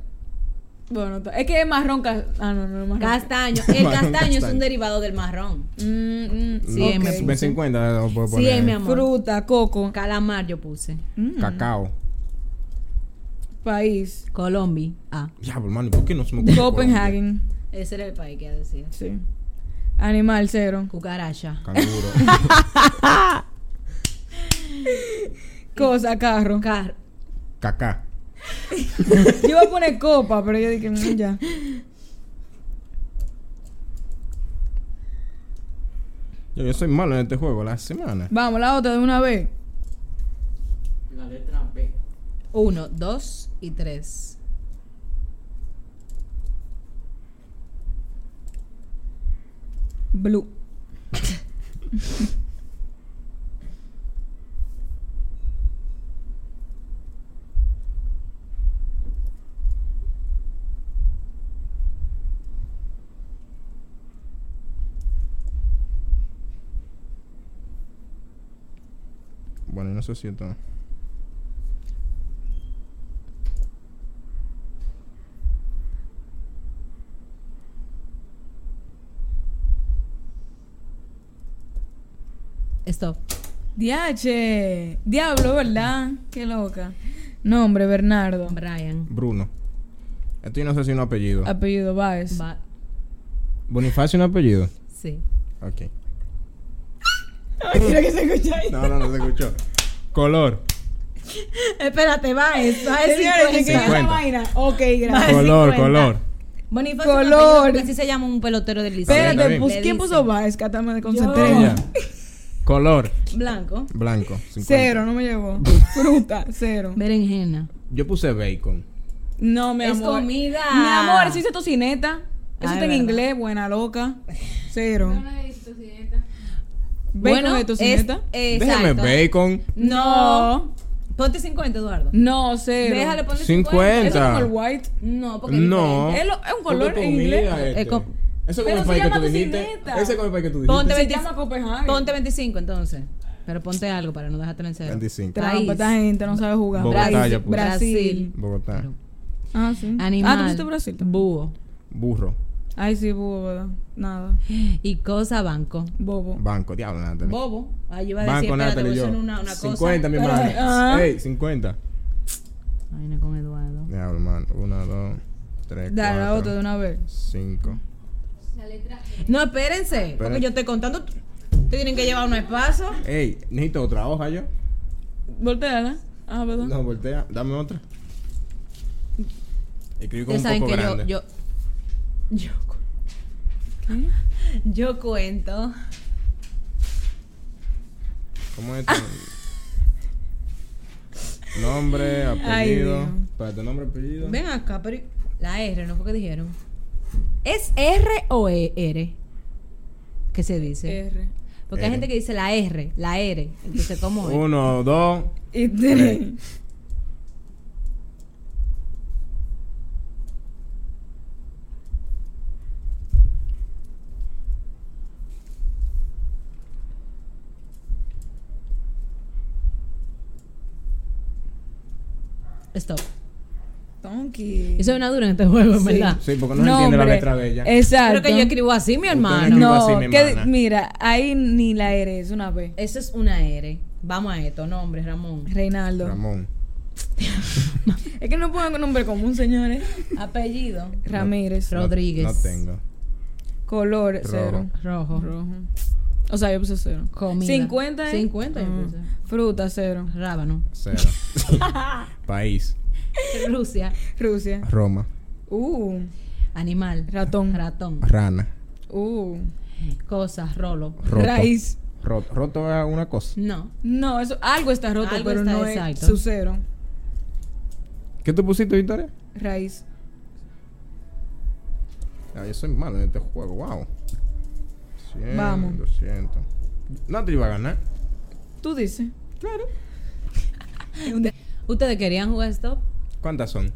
Speaker 3: Bueno, ta- es que es marrón. ca- Ah, no, no, es marrón.
Speaker 1: castaño. El
Speaker 2: Marrón
Speaker 1: castaño es
Speaker 2: castaño.
Speaker 1: un derivado del marrón.
Speaker 3: Mm, mm,
Speaker 5: Sí,
Speaker 2: No,
Speaker 5: me
Speaker 2: que-
Speaker 5: puse.
Speaker 2: ven 50, no puedo
Speaker 5: Sí,
Speaker 2: poner.
Speaker 5: mi amor.
Speaker 3: Fruta, coco.
Speaker 5: Calamar yo puse.
Speaker 3: Mm,
Speaker 2: Cacao.
Speaker 3: País.
Speaker 5: Colombia. Ah.
Speaker 2: Diablo, hermano, ¿y ¿por qué no se me ocurrió
Speaker 3: Copenhagen.
Speaker 1: Ese era el país que decía.
Speaker 3: Sí. Animal, cero.
Speaker 5: Cucaracha.
Speaker 2: Colombia? Canguro.
Speaker 3: Cosa, carro.
Speaker 5: Car
Speaker 2: Cacá.
Speaker 3: Yo iba a poner copa, pero yo dije, mm, ya.
Speaker 2: Yo, yo soy malo en este juego, la semana.
Speaker 3: Vamos, la otra de una vez.
Speaker 4: La letra B.
Speaker 5: uno, dos y tres.
Speaker 3: Blue.
Speaker 2: Bueno, yo no sé si esto.
Speaker 5: Stop.
Speaker 3: Diache. Diablo, ¿verdad? Qué loca. Nombre, Bernardo.
Speaker 5: Brian.
Speaker 2: Bruno. Esto yo no sé si es un apellido.
Speaker 3: Apellido, Baez.
Speaker 5: Va.
Speaker 2: Bonifacio es un apellido.
Speaker 5: Sí.
Speaker 2: Ok.
Speaker 3: Ay, mira que se escucha ahí.
Speaker 2: No, no, no se escuchó. Color.
Speaker 1: Espérate, va, es, va,
Speaker 3: Señores, que yo esa
Speaker 2: 50.
Speaker 3: vaina. Ok, gracias.
Speaker 2: Color,
Speaker 1: 50.
Speaker 2: color.
Speaker 1: Bonifacio
Speaker 3: Color.
Speaker 1: Campello, porque así se llama un pelotero del liceo.
Speaker 2: está
Speaker 3: Espérate,
Speaker 2: bien.
Speaker 3: pues,
Speaker 1: Le
Speaker 3: ¿quién
Speaker 1: dicen.
Speaker 3: puso Vázquez? Cátame de concentré.
Speaker 2: Ella. Color.
Speaker 1: Blanco.
Speaker 2: Blanco. 50.
Speaker 3: Cero, no me llevó. Fruta, cero.
Speaker 5: Berenjena.
Speaker 2: Yo puse bacon.
Speaker 3: No, mi
Speaker 1: Es
Speaker 3: amor.
Speaker 1: comida.
Speaker 3: Mi amor, eso dice tocineta. Eso
Speaker 1: Ah. Ay,
Speaker 3: está en
Speaker 1: verdad.
Speaker 3: inglés, buena loca. Cero. ¿Bacon
Speaker 1: Bueno,
Speaker 3: de tocineta?
Speaker 1: es-
Speaker 2: Déjame
Speaker 1: exacto.
Speaker 2: bacon.
Speaker 1: No. Ponte 50, Eduardo.
Speaker 3: No, cero.
Speaker 1: Déjale poner
Speaker 2: 50.
Speaker 1: 50.
Speaker 3: Eso es como el white.
Speaker 1: No, porque
Speaker 2: No.
Speaker 3: Es, lo- es un color
Speaker 2: Porque
Speaker 3: en inglés.
Speaker 2: comida, este.
Speaker 1: Eh, com-
Speaker 2: Eso como el
Speaker 3: Pero se
Speaker 2: país que
Speaker 3: llama
Speaker 2: tú dijiste.
Speaker 3: tocineta.
Speaker 2: Ese como el país que tú dijiste.
Speaker 1: Ponte,
Speaker 3: Se
Speaker 1: 20
Speaker 3: llama Copenhague.
Speaker 1: ponte 25 entonces. Pero ponte algo para no dejarte en cero.
Speaker 2: 25.
Speaker 1: País.
Speaker 3: Trampa, esta gente no sabe jugar.
Speaker 2: Bogotá,
Speaker 3: Brasil.
Speaker 2: ya puse.
Speaker 3: Brasil.
Speaker 2: Bogotá.
Speaker 1: Pero-
Speaker 3: Ah, sí.
Speaker 1: Animal.
Speaker 3: Ah, tú pusiste Brasil también.
Speaker 1: Búho.
Speaker 2: Burro.
Speaker 3: Ay, sí, bobo, ¿verdad? Nada.
Speaker 1: Y cosa banco.
Speaker 3: Bobo.
Speaker 2: Banco. Diablo, Natalie.
Speaker 1: Bobo. Ahí iba a decir,
Speaker 2: Banco,
Speaker 1: espérate,
Speaker 2: Natalie.
Speaker 1: voy a
Speaker 2: Yo.
Speaker 1: hacer una, una
Speaker 2: 50, mi
Speaker 1: cosa.
Speaker 2: hermano.
Speaker 3: Ah.
Speaker 2: Ey, 50.
Speaker 1: Ay, no con Eduardo.
Speaker 2: Diablo, hermano. 1, 2, 3,
Speaker 3: Dale la otra
Speaker 2: 4,
Speaker 3: de una vez.
Speaker 2: 5.
Speaker 1: No, espérense. Porque yo estoy contando. Te tienen que llevar un espacio.
Speaker 2: Ey, necesito otra hoja yo.
Speaker 3: Volteala. Ah, ¿verdad?
Speaker 2: No, voltea. Dame otra. Escribí con
Speaker 1: Ustedes saben
Speaker 2: un poco
Speaker 1: que yo,
Speaker 2: grande.
Speaker 1: yo. Yo. cu-
Speaker 3: ¿Qué?
Speaker 1: Yo cuento.
Speaker 2: ¿Cómo es esto? Nombre,
Speaker 3: Ay,
Speaker 2: apellido.
Speaker 3: Dios.
Speaker 2: Espérate, nombre, apellido.
Speaker 1: Ven acá, pero. La R, ¿no fue que dijeron? ¿Es R o E R? ¿Qué se dice?
Speaker 3: R.
Speaker 1: Porque hay
Speaker 2: R.
Speaker 1: gente que dice la R, la R. Entonces, ¿cómo es?
Speaker 2: Uno, dos.
Speaker 3: Y tres.
Speaker 1: Stop.
Speaker 3: Tonky.
Speaker 1: Eso es una dura en este juego, en
Speaker 3: Sí.
Speaker 1: verdad.
Speaker 2: Sí, porque no, se entiende la
Speaker 3: hombre.
Speaker 2: letra de ella.
Speaker 3: Exacto.
Speaker 1: Pero que yo escribo así, mi hermano.
Speaker 2: escriben
Speaker 3: No,
Speaker 2: así, mi
Speaker 3: que-
Speaker 2: hermana.
Speaker 3: mira, ahí ni la R, es una B.
Speaker 1: Eso es una R. Vamos a esto, nombre, Ramón.
Speaker 3: Reinaldo.
Speaker 2: Ramón.
Speaker 3: Es que no pongan nombre común, señores.
Speaker 1: Apellido.
Speaker 3: Ramírez.
Speaker 2: No-
Speaker 1: Rodríguez.
Speaker 2: No, tengo.
Speaker 3: Color, cero.
Speaker 1: Rojo.
Speaker 3: Rojo. O sea, yo puse cero.
Speaker 1: Comida.
Speaker 3: 50 es-
Speaker 1: 50 yo
Speaker 3: Ah.
Speaker 1: puse.
Speaker 3: Fruta, cero.
Speaker 1: Rábano.
Speaker 2: Cero. País.
Speaker 1: Rusia.
Speaker 3: Rusia.
Speaker 2: Roma.
Speaker 3: Uh.
Speaker 1: Animal.
Speaker 3: Ratón.
Speaker 1: Ratón.
Speaker 2: Rana.
Speaker 3: Uh.
Speaker 1: Cosas. Rolo.
Speaker 2: Roto.
Speaker 3: Raíz.
Speaker 2: Roto, roto es una cosa.
Speaker 1: No.
Speaker 3: No, eso, algo está roto,
Speaker 1: Algo
Speaker 3: pero
Speaker 1: está
Speaker 3: no
Speaker 1: exacto.
Speaker 3: es su cero.
Speaker 2: ¿Qué tú pusiste, Victoria?
Speaker 3: Raíz.
Speaker 2: Ah, yo soy malo en este juego. Wow. 100,
Speaker 3: Vamos.
Speaker 2: 200. No te iba a ganar.
Speaker 3: Tú dices. Claro.
Speaker 1: ¿Ustedes querían jugar stop?
Speaker 2: ¿Cuántas son?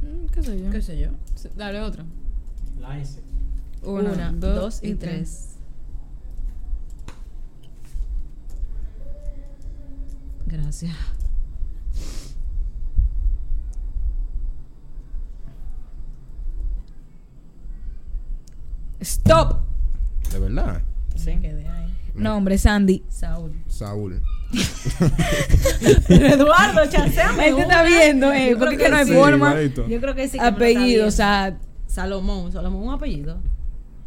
Speaker 3: Mm, ¿Qué sé yo?
Speaker 1: sé yo?
Speaker 3: Dale otro.
Speaker 4: La S.
Speaker 1: Una, dos, y tres. Gracias.
Speaker 3: ¡Stop!
Speaker 2: De verdad.
Speaker 1: Sí. Me quedé ahí.
Speaker 2: Mm.
Speaker 3: Nombre, Sandy.
Speaker 1: Saúl.
Speaker 2: Saúl.
Speaker 1: Eduardo, chanceame.
Speaker 3: Él te está viendo, eh, porque que no hay
Speaker 2: sí.
Speaker 3: forma.
Speaker 2: Igualito.
Speaker 1: Yo creo que sí. que me lo está
Speaker 3: apellido, o
Speaker 1: viendo.
Speaker 3: sea,
Speaker 1: Salomón. Salomón, un apellido.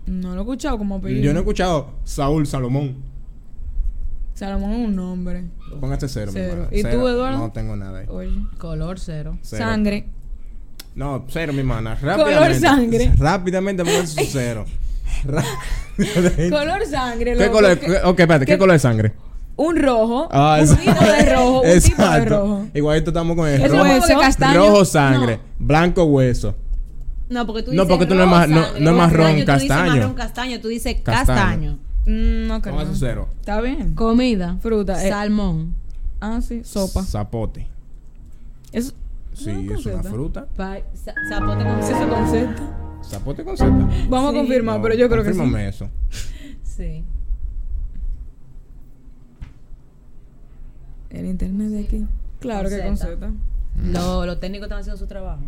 Speaker 3: no lo he escuchado como apellido.
Speaker 2: Yo no he escuchado Saúl Salomón.
Speaker 3: Salomón es un nombre.
Speaker 2: Póngase cero, mi
Speaker 3: Cero.
Speaker 2: hermana.
Speaker 3: ¿Y tú,
Speaker 2: Cero.
Speaker 3: Eduardo?
Speaker 2: No tengo nada ahí.
Speaker 3: Oye.
Speaker 1: Color cero.
Speaker 2: Cero.
Speaker 3: Sangre.
Speaker 2: No, cero, mi hermana. Rápidamente.
Speaker 3: sangre.
Speaker 2: Rápidamente póngase su cero. Rápidamente.
Speaker 3: Color sangre.
Speaker 2: ¿Qué
Speaker 3: loco,
Speaker 2: color?
Speaker 3: que-
Speaker 2: Ok, espérate. ¿Qué
Speaker 3: ¿Qué-
Speaker 2: color es sangre?
Speaker 3: Un rojo.
Speaker 2: Ah,
Speaker 3: un
Speaker 2: exacto.
Speaker 3: tipo de rojo. Un tipo de
Speaker 2: Exacto.
Speaker 3: rojo.
Speaker 2: Igualito estamos con el
Speaker 3: Es un
Speaker 2: rojo,
Speaker 3: hueso. castaño.
Speaker 2: rojo sangre, blanco hueso.
Speaker 1: No, porque tú
Speaker 2: No,
Speaker 1: dices
Speaker 2: porque tú no es
Speaker 1: rosa,
Speaker 2: más- no- no es marrón
Speaker 1: Tú
Speaker 2: castaño.
Speaker 1: dices marrón castaño, tú dices
Speaker 2: Castaño.
Speaker 1: castaño.
Speaker 3: Mm, no creo.
Speaker 2: Póngase su cero.
Speaker 3: Está bien.
Speaker 1: Comida.
Speaker 3: Fruta. eh,
Speaker 1: Salmón.
Speaker 3: ah, sí. Sopa.
Speaker 2: Zapote.
Speaker 3: Es,
Speaker 2: Sí,
Speaker 3: no,
Speaker 2: es una
Speaker 3: concepto.
Speaker 2: fruta.
Speaker 1: Pa- sa- zapote con
Speaker 3: Ese concepto.
Speaker 2: Zapote con Z.
Speaker 3: Vamos
Speaker 1: Sí.
Speaker 3: a confirmar,
Speaker 2: No,
Speaker 3: pero yo creo que sí.
Speaker 2: confírmame eso.
Speaker 1: Sí.
Speaker 3: El internet de aquí. Claro
Speaker 1: Con
Speaker 3: que con
Speaker 1: Z.
Speaker 3: Z. Mm.
Speaker 1: Lo- los técnicos están haciendo su trabajo.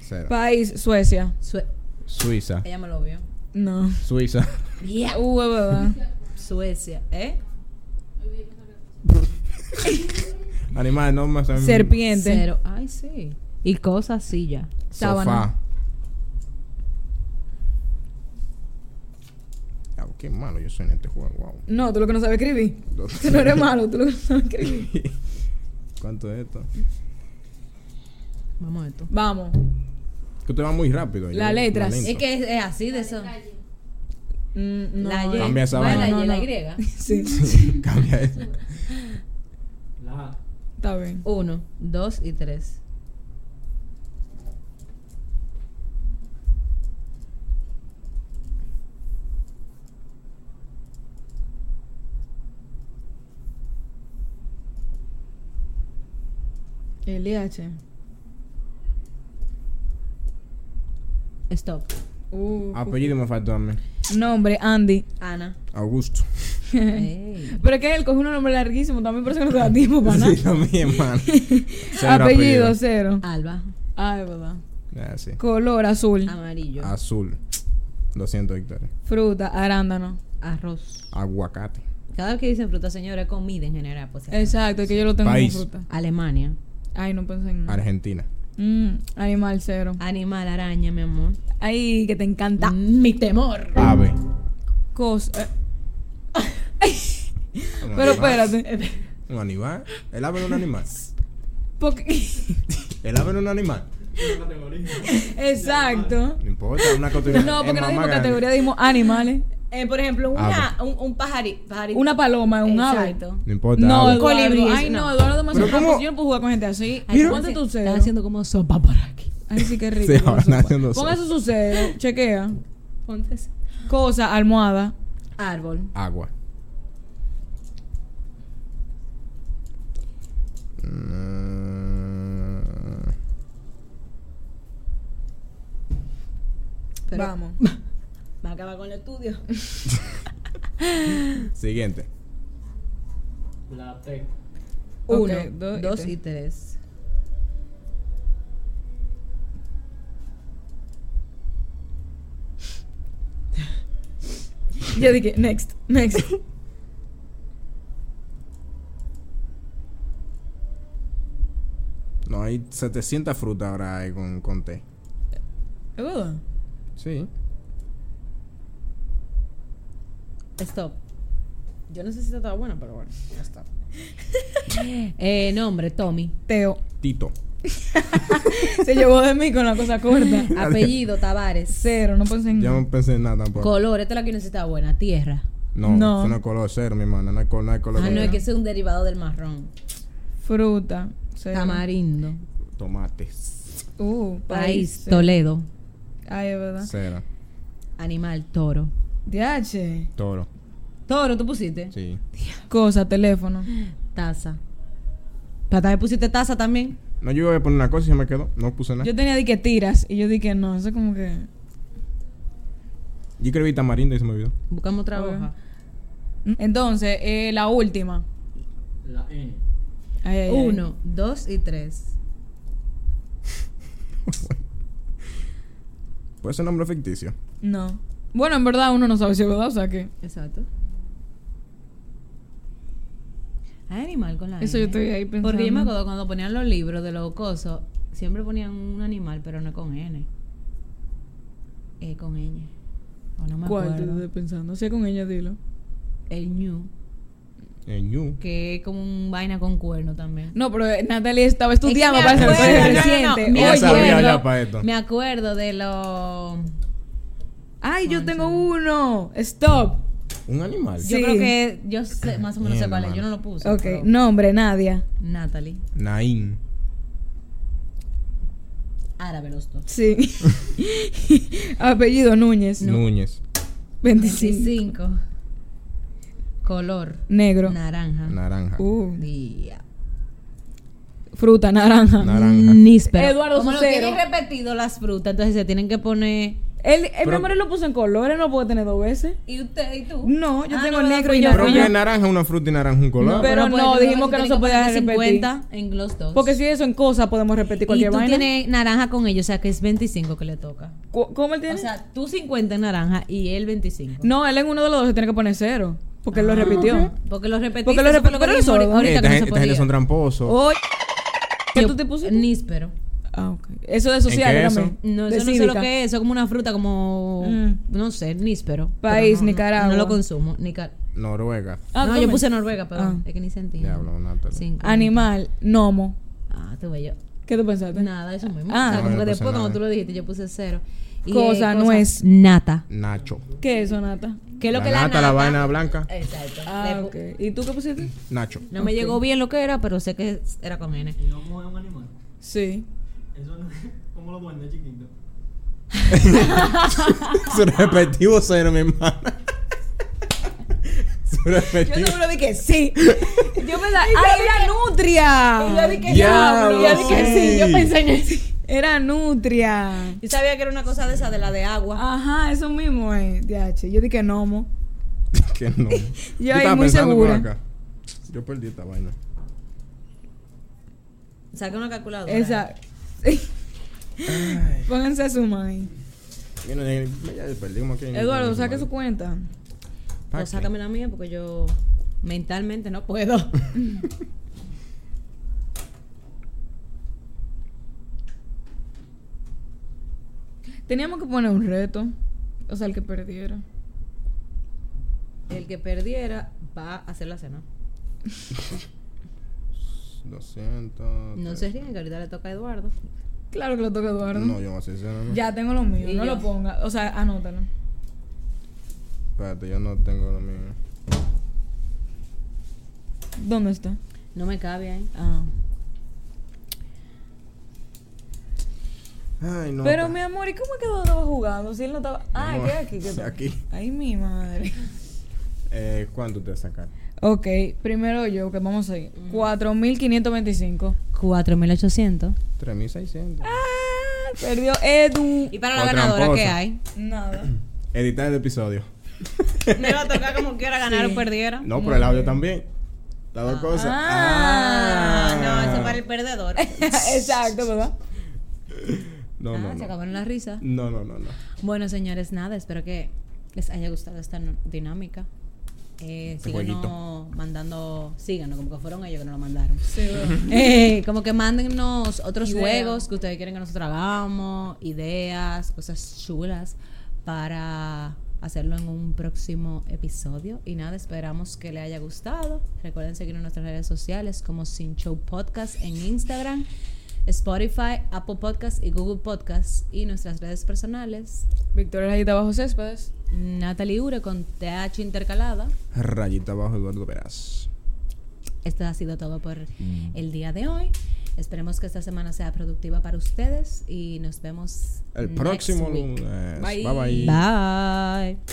Speaker 2: Cero.
Speaker 3: País, Suecia.
Speaker 1: Sue-
Speaker 2: Suiza.
Speaker 1: Ella me lo vio.
Speaker 3: No.
Speaker 2: Suiza.
Speaker 3: Uh, es verdad.
Speaker 1: Suecia, ¿eh?
Speaker 2: Animales, no más.
Speaker 3: Serpiente.
Speaker 1: Cero. Ay, sí. Y cosas así ya.
Speaker 2: Sofá. Ah, qué malo yo soy en este juego. Wow.
Speaker 3: No, tú lo que no sabes escribir. Tú no eres malo, tú lo que no sabes escribir.
Speaker 2: ¿Cuánto es esto?
Speaker 1: Vamos a esto.
Speaker 3: Vamos.
Speaker 2: Que usted va muy rápido. yo
Speaker 3: La
Speaker 2: voy
Speaker 3: letra,
Speaker 2: más lento.
Speaker 1: Es que es, es así de eso.
Speaker 3: Mm, no,
Speaker 1: La Y.
Speaker 3: eh.
Speaker 2: Cambia esa
Speaker 1: No,
Speaker 2: vaina.
Speaker 1: La Y, la
Speaker 3: No, no.
Speaker 1: Y.
Speaker 3: Sí,
Speaker 2: Cambia eso.
Speaker 4: La
Speaker 3: está bien.
Speaker 1: Uno, dos y tres.
Speaker 3: El IH.
Speaker 1: Stop.
Speaker 3: Uh,
Speaker 2: Apellido me faltó a mí.
Speaker 3: nombre, Andy.
Speaker 1: Ana.
Speaker 2: Augusto.
Speaker 1: Ey.
Speaker 3: Pero es que él coge un nombre larguísimo, también por eso que no te da tiempo para nada.
Speaker 2: Sí, lo mío, hermano. Cero
Speaker 3: apellido, cero.
Speaker 1: Alba.
Speaker 3: Ah, es verdad. Ah,
Speaker 2: Ah, sí.
Speaker 3: Color,
Speaker 1: Mm.
Speaker 3: azul.
Speaker 1: Amarillo.
Speaker 2: Ah. Azul. 200 hectáreas.
Speaker 3: Fruta, arándano.
Speaker 1: Arroz.
Speaker 2: Aguacate.
Speaker 1: Cada vez que dicen fruta, señora, es comida en general. Pues,
Speaker 3: Exacto, es que yo lo tengo
Speaker 2: País.
Speaker 3: como fruta.
Speaker 1: Alemania.
Speaker 3: Ay, no pensé en nada.
Speaker 2: Argentina.
Speaker 3: Mm, animal, cero.
Speaker 1: Animal, araña, mi amor. Mm,
Speaker 3: Ay, que te encanta.
Speaker 1: Mi temor.
Speaker 3: Ah.
Speaker 2: Ave.
Speaker 3: Cos. eh,
Speaker 2: Un
Speaker 3: pero
Speaker 2: animal.
Speaker 3: espérate.
Speaker 2: Un animal. El ave no es un animal.
Speaker 3: Porque-
Speaker 2: El ave no es un animal.
Speaker 4: categoría.
Speaker 3: Exacto.
Speaker 2: No importa, una categoría.
Speaker 3: No,
Speaker 2: es
Speaker 3: porque no
Speaker 2: más
Speaker 3: dimos
Speaker 2: grande.
Speaker 3: categoría, dimos animales.
Speaker 1: Eh, por ejemplo,
Speaker 2: Ah,
Speaker 1: una, un, un pajari- pajarito.
Speaker 3: Una paloma, un ave.
Speaker 1: Exacto.
Speaker 2: No importa.
Speaker 3: No,
Speaker 2: ave.
Speaker 3: Eduardo.
Speaker 1: colibrí,
Speaker 3: Ay,
Speaker 1: no.
Speaker 3: no, Eduardo
Speaker 2: Pues Pero
Speaker 3: demasiado. Ah,
Speaker 2: cómo-
Speaker 3: pues Yo no puedo jugar con gente así.
Speaker 1: Ay,
Speaker 3: Ay,
Speaker 1: ¿cómo
Speaker 3: ponte
Speaker 1: se-
Speaker 3: tu
Speaker 1: Están
Speaker 3: cero.
Speaker 1: haciendo como sopa por aquí.
Speaker 3: Ay, sí, qué rico.
Speaker 2: Sí, ahora
Speaker 3: eso.
Speaker 2: están haciendo
Speaker 3: Ponga
Speaker 2: eso.
Speaker 3: eso su cero, chequea.
Speaker 1: Ponte ese.
Speaker 3: Cosa, almohada.
Speaker 1: Árbol.
Speaker 2: Agua. Mm,
Speaker 1: Pero-
Speaker 3: Vamos.
Speaker 1: Me acaba con el estudio.
Speaker 2: Siguiente.
Speaker 4: La T.
Speaker 3: Ok,
Speaker 1: Uno,
Speaker 3: dos
Speaker 1: dos, y
Speaker 3: y tres.
Speaker 1: tres.
Speaker 3: Yo dije, next, next.
Speaker 2: No, hay 700 frutas ahora hay con, con té.
Speaker 3: ¿Es verdad?
Speaker 2: Sí.
Speaker 1: Stop.
Speaker 3: Yo no sé si está buena, pero bueno.
Speaker 2: Ya está.
Speaker 1: Eh, nombre, Tommy.
Speaker 3: Teo.
Speaker 2: Tito.
Speaker 3: Se llevó de mí con la cosa corta.
Speaker 1: Apellido, Tavares.
Speaker 3: Cero, no pensé en
Speaker 2: Ya
Speaker 3: nada.
Speaker 2: no pensé en nada tampoco.
Speaker 1: Color, esta es la que necesita buena. Tierra.
Speaker 2: no,
Speaker 3: No.
Speaker 2: eso no es color cero, mi hermana. No es color, no es color.
Speaker 1: Ah, no,
Speaker 2: cero.
Speaker 1: es que ese es un derivado del marrón.
Speaker 3: Fruta. Cero.
Speaker 1: Tamarindo.
Speaker 2: Tomates.
Speaker 3: Uh,
Speaker 1: País,
Speaker 3: cero.
Speaker 1: Toledo.
Speaker 3: Ay, es verdad.
Speaker 2: Cero.
Speaker 1: Animal, toro.
Speaker 3: DH.
Speaker 2: Toro.
Speaker 1: Toro, ¿tú pusiste?
Speaker 2: Sí.
Speaker 3: Cosa, teléfono.
Speaker 1: Taza. Pero también pusiste taza también.
Speaker 2: No, yo iba a poner una cosa y se me quedó. No puse nada.
Speaker 3: Yo
Speaker 2: Yo,
Speaker 3: tenía di que tiras y yo di que no, eso como que
Speaker 2: escribí tamarindo y se me olvidó.
Speaker 1: Buscamos otra
Speaker 3: Ok.
Speaker 1: hoja.
Speaker 3: ¿Mm? Entonces, eh, la última.
Speaker 4: La N.
Speaker 3: Ay,
Speaker 1: Eh.
Speaker 3: ay, ay.
Speaker 1: Uno, dos y tres.
Speaker 2: Puede ser Pues nombre ficticio.
Speaker 3: No. Bueno, en verdad uno no sabe si es verdad, o sea que
Speaker 1: Exacto. Hay animal con la
Speaker 3: eso
Speaker 1: N.
Speaker 3: yo estoy ahí pensando.
Speaker 1: Porque yo me acuerdo cuando ponían los libros de los cosos, siempre ponían un animal, pero no con N. Eh, con ñ. O no me
Speaker 3: ¿Cuál te
Speaker 1: acuerdo.
Speaker 3: estoy pensando? Si es con ella, dilo.
Speaker 1: El ñu,
Speaker 2: El Eh, ñu.
Speaker 1: que es como un vaina con cuerno también.
Speaker 3: No, pero eh, Natalia estaba estudiando
Speaker 1: me
Speaker 3: para ser
Speaker 1: acuerdo, no, no, no,
Speaker 3: reciente.
Speaker 1: me
Speaker 2: Ella
Speaker 1: Oye,
Speaker 2: sabía
Speaker 1: acuerdo.
Speaker 2: ya para esto.
Speaker 1: Me acuerdo de los...
Speaker 3: Ay, yo tengo uno. Stop.
Speaker 2: Un animal.
Speaker 1: Yo
Speaker 3: Sí.
Speaker 1: creo que yo sé, más o menos sé
Speaker 2: Mierda,
Speaker 1: cuál es. Yo no
Speaker 2: mano.
Speaker 1: lo puse.
Speaker 3: Ok,
Speaker 1: pero-
Speaker 3: nombre, Nadia.
Speaker 1: Natalie.
Speaker 2: Naín.
Speaker 1: Árabe los dos.
Speaker 3: Sí. Apellido Núñez.
Speaker 2: Núñez.
Speaker 3: 25.
Speaker 1: 25. Color.
Speaker 3: Negro.
Speaker 1: Naranja.
Speaker 2: Naranja.
Speaker 3: Uh,
Speaker 1: Día.
Speaker 3: fruta, naranja.
Speaker 2: Naranja.
Speaker 1: Níspero.
Speaker 3: Eduardo
Speaker 1: Como
Speaker 3: Sucero.
Speaker 1: lo tienen repetido las frutas, entonces se tienen que poner.
Speaker 3: Él, el
Speaker 2: Pero-
Speaker 3: nombre lo puso en colores, no puede tener dos veces.
Speaker 1: ¿Y usted y tú?
Speaker 3: No, yo tengo negro
Speaker 1: pues
Speaker 3: y
Speaker 2: Pero
Speaker 3: naranja.
Speaker 2: una naranja, una fruta y naranja, un color.
Speaker 3: No, pero- no, dijimos que no se podía repetir.
Speaker 1: 50 en los dos.
Speaker 3: Porque si eso en cosas podemos repetir
Speaker 1: y
Speaker 3: cualquier
Speaker 1: tú
Speaker 3: vaina.
Speaker 1: tienes naranja con ellos, o sea que es 25 que le toca.
Speaker 3: Cu- ¿Cómo él tiene?
Speaker 1: O sea, tú 50 en naranja y él 25.
Speaker 3: no, él en uno de los dos se tiene que poner cero. Porque
Speaker 1: Ah,
Speaker 3: él lo repitió.
Speaker 1: Porque los repetiste.
Speaker 3: Porque lo
Speaker 1: eso fue
Speaker 3: repetí, pero
Speaker 1: dijimos
Speaker 3: eso,
Speaker 1: ahorita
Speaker 2: esta
Speaker 1: que no se
Speaker 2: gente, esta gente
Speaker 1: podía. Oh.
Speaker 2: son tramposos.
Speaker 3: Oye, ¿qué
Speaker 1: Yo-
Speaker 3: tú te pusiste?
Speaker 1: Níspero.
Speaker 3: Ah, ok. Eso de social
Speaker 2: ¿En qué eso?
Speaker 3: también.
Speaker 1: No,
Speaker 3: De
Speaker 1: eso no sé
Speaker 3: cívica.
Speaker 1: lo que es, eso es como una fruta como
Speaker 3: Mm.
Speaker 1: no sé, níspero. pero
Speaker 3: País,
Speaker 1: no, no,
Speaker 3: Nicaragua.
Speaker 1: No, lo consumo, Nicar
Speaker 2: Noruega.
Speaker 3: Ah,
Speaker 1: no,
Speaker 3: come.
Speaker 1: yo puse Noruega, perdón.
Speaker 3: Ah.
Speaker 1: Es que ni sentí.
Speaker 2: Diablo, Natalia.
Speaker 1: Cinco.
Speaker 3: Animal, gnomo.
Speaker 1: Ah, tuve yo.
Speaker 3: ¿Qué tú pensaste?
Speaker 5: Nada, eso mismo.
Speaker 3: Ah.
Speaker 5: o sea,
Speaker 2: No,
Speaker 5: como
Speaker 2: no
Speaker 5: que
Speaker 2: pasa
Speaker 5: después
Speaker 2: nada.
Speaker 5: cuando tú lo dijiste, yo puse cero. Y, eh,
Speaker 3: Cosa, nuez.
Speaker 5: Nata.
Speaker 2: Nacho.
Speaker 3: ¿Qué es eso, Nata?
Speaker 1: ¿Qué es lo
Speaker 2: la
Speaker 1: que la
Speaker 2: nata, la
Speaker 1: nata? Eh.
Speaker 2: vaina blanca.
Speaker 1: Exacto.
Speaker 3: Ah,
Speaker 1: Le pu-
Speaker 3: ok. ¿Y tú qué pusiste?
Speaker 2: Nacho.
Speaker 1: No me
Speaker 3: Ok.
Speaker 1: llegó bien lo que era, pero sé que era con N.
Speaker 4: Y no es un animal.
Speaker 3: Sí.
Speaker 4: Eso no es como los duendes chiquitos.
Speaker 2: Su respectivo cero, mi hermana. Su respectivo.
Speaker 1: seguro dije sí.
Speaker 3: Yo me la. ¡Ay, era nutria!
Speaker 1: Y yo dije,
Speaker 2: Diablo,
Speaker 3: Y yo dije sí.
Speaker 2: sí.
Speaker 3: Yo pensé en eso. Era nutria.
Speaker 1: Yo sabía que era una cosa de esa, de la de agua.
Speaker 3: Ajá, eso mismo es. DH. Yo dije nomo.
Speaker 2: que no. Yo,
Speaker 3: ahí
Speaker 2: estaba
Speaker 3: muy
Speaker 2: pensando por
Speaker 3: segura.
Speaker 2: acá. Yo perdí esta vaina.
Speaker 1: Saca una calculadora.
Speaker 3: Esa. Pónganse a su mind.
Speaker 2: Mira, ya perdí como que.
Speaker 3: Eduardo, saque su cuenta.
Speaker 2: ¿Pa'
Speaker 1: O
Speaker 2: qué?
Speaker 1: Pues sácame la mía porque yo mentalmente no puedo.
Speaker 3: Teníamos que poner un reto. O sea, el que perdiera.
Speaker 1: El que perdiera va a hacer la cena.
Speaker 2: 200.
Speaker 1: No se ríen, que ahorita le toca a Eduardo.
Speaker 3: Claro que lo toca Eduardo.
Speaker 2: No, yo no sé si era, ¿no?
Speaker 3: Ya tengo lo mío.
Speaker 1: Y
Speaker 3: No
Speaker 1: yo.
Speaker 3: lo ponga. O sea, anótalo.
Speaker 2: Espérate, yo no tengo lo mío.
Speaker 3: ¿Dónde está?
Speaker 1: No me cabe ahí.
Speaker 3: Ah.
Speaker 2: Ay, no.
Speaker 3: Pero
Speaker 2: pa-
Speaker 3: mi amor, ¿y cómo es que Eduardo estaba jugando? Si él no estaba. Ah,
Speaker 2: amor,
Speaker 3: ¿qué aquí? ¿Qué tal?
Speaker 2: aquí.
Speaker 3: Ay, mi madre.
Speaker 2: Eh, ¿Cuánto te sacaste?
Speaker 3: Ok, primero yo, que vamos a ir. 4525.
Speaker 1: 4800.
Speaker 2: 3600.
Speaker 3: Ah, perdió Edu.
Speaker 1: ¿Y para la
Speaker 2: Otra
Speaker 1: ganadora qué
Speaker 2: cosa.
Speaker 1: hay?
Speaker 3: Nada.
Speaker 2: Editar el episodio.
Speaker 1: Me va a tocar como quiera ganar
Speaker 3: Sí.
Speaker 1: o perdiera.
Speaker 2: No, pero el audio también. Las dos cosas.
Speaker 1: Ah,
Speaker 2: Ah.
Speaker 1: no, eso es para el perdedor.
Speaker 3: Exacto, ¿verdad?
Speaker 2: No, no,
Speaker 1: Ah, se
Speaker 2: no.
Speaker 1: acabaron las risas.
Speaker 2: No, no, no, no.
Speaker 1: Bueno, señores, nada, espero que les haya gustado esta no- dinámica. Eh,
Speaker 2: Este
Speaker 1: síganos
Speaker 2: jueguito.
Speaker 1: mandando, síganos, como que fueron ellos que nos lo mandaron.
Speaker 3: Sí, ¿verdad?
Speaker 1: Eh, como que mándennos otros
Speaker 3: Ideas.
Speaker 1: juegos que ustedes quieren que nosotros hagamos, ideas, cosas chulas para hacerlo en un próximo episodio. Y nada, esperamos que les haya gustado. Recuerden seguirnos en nuestras redes sociales como Sin Show Podcast en Instagram, Spotify, Apple Podcast y Google Podcast. Y nuestras redes personales,
Speaker 3: Victoria Rayita Bajo Céspedes.
Speaker 1: Natalie Ure con TH intercalada.
Speaker 2: Rayita abajo, Eduardo Verás.
Speaker 1: Esto ha sido todo por el día de hoy. Esperemos que esta semana sea productiva para ustedes y nos vemos
Speaker 2: El
Speaker 1: next
Speaker 2: próximo
Speaker 1: week.
Speaker 2: lunes.
Speaker 3: Bye.
Speaker 2: bye.
Speaker 1: Bye.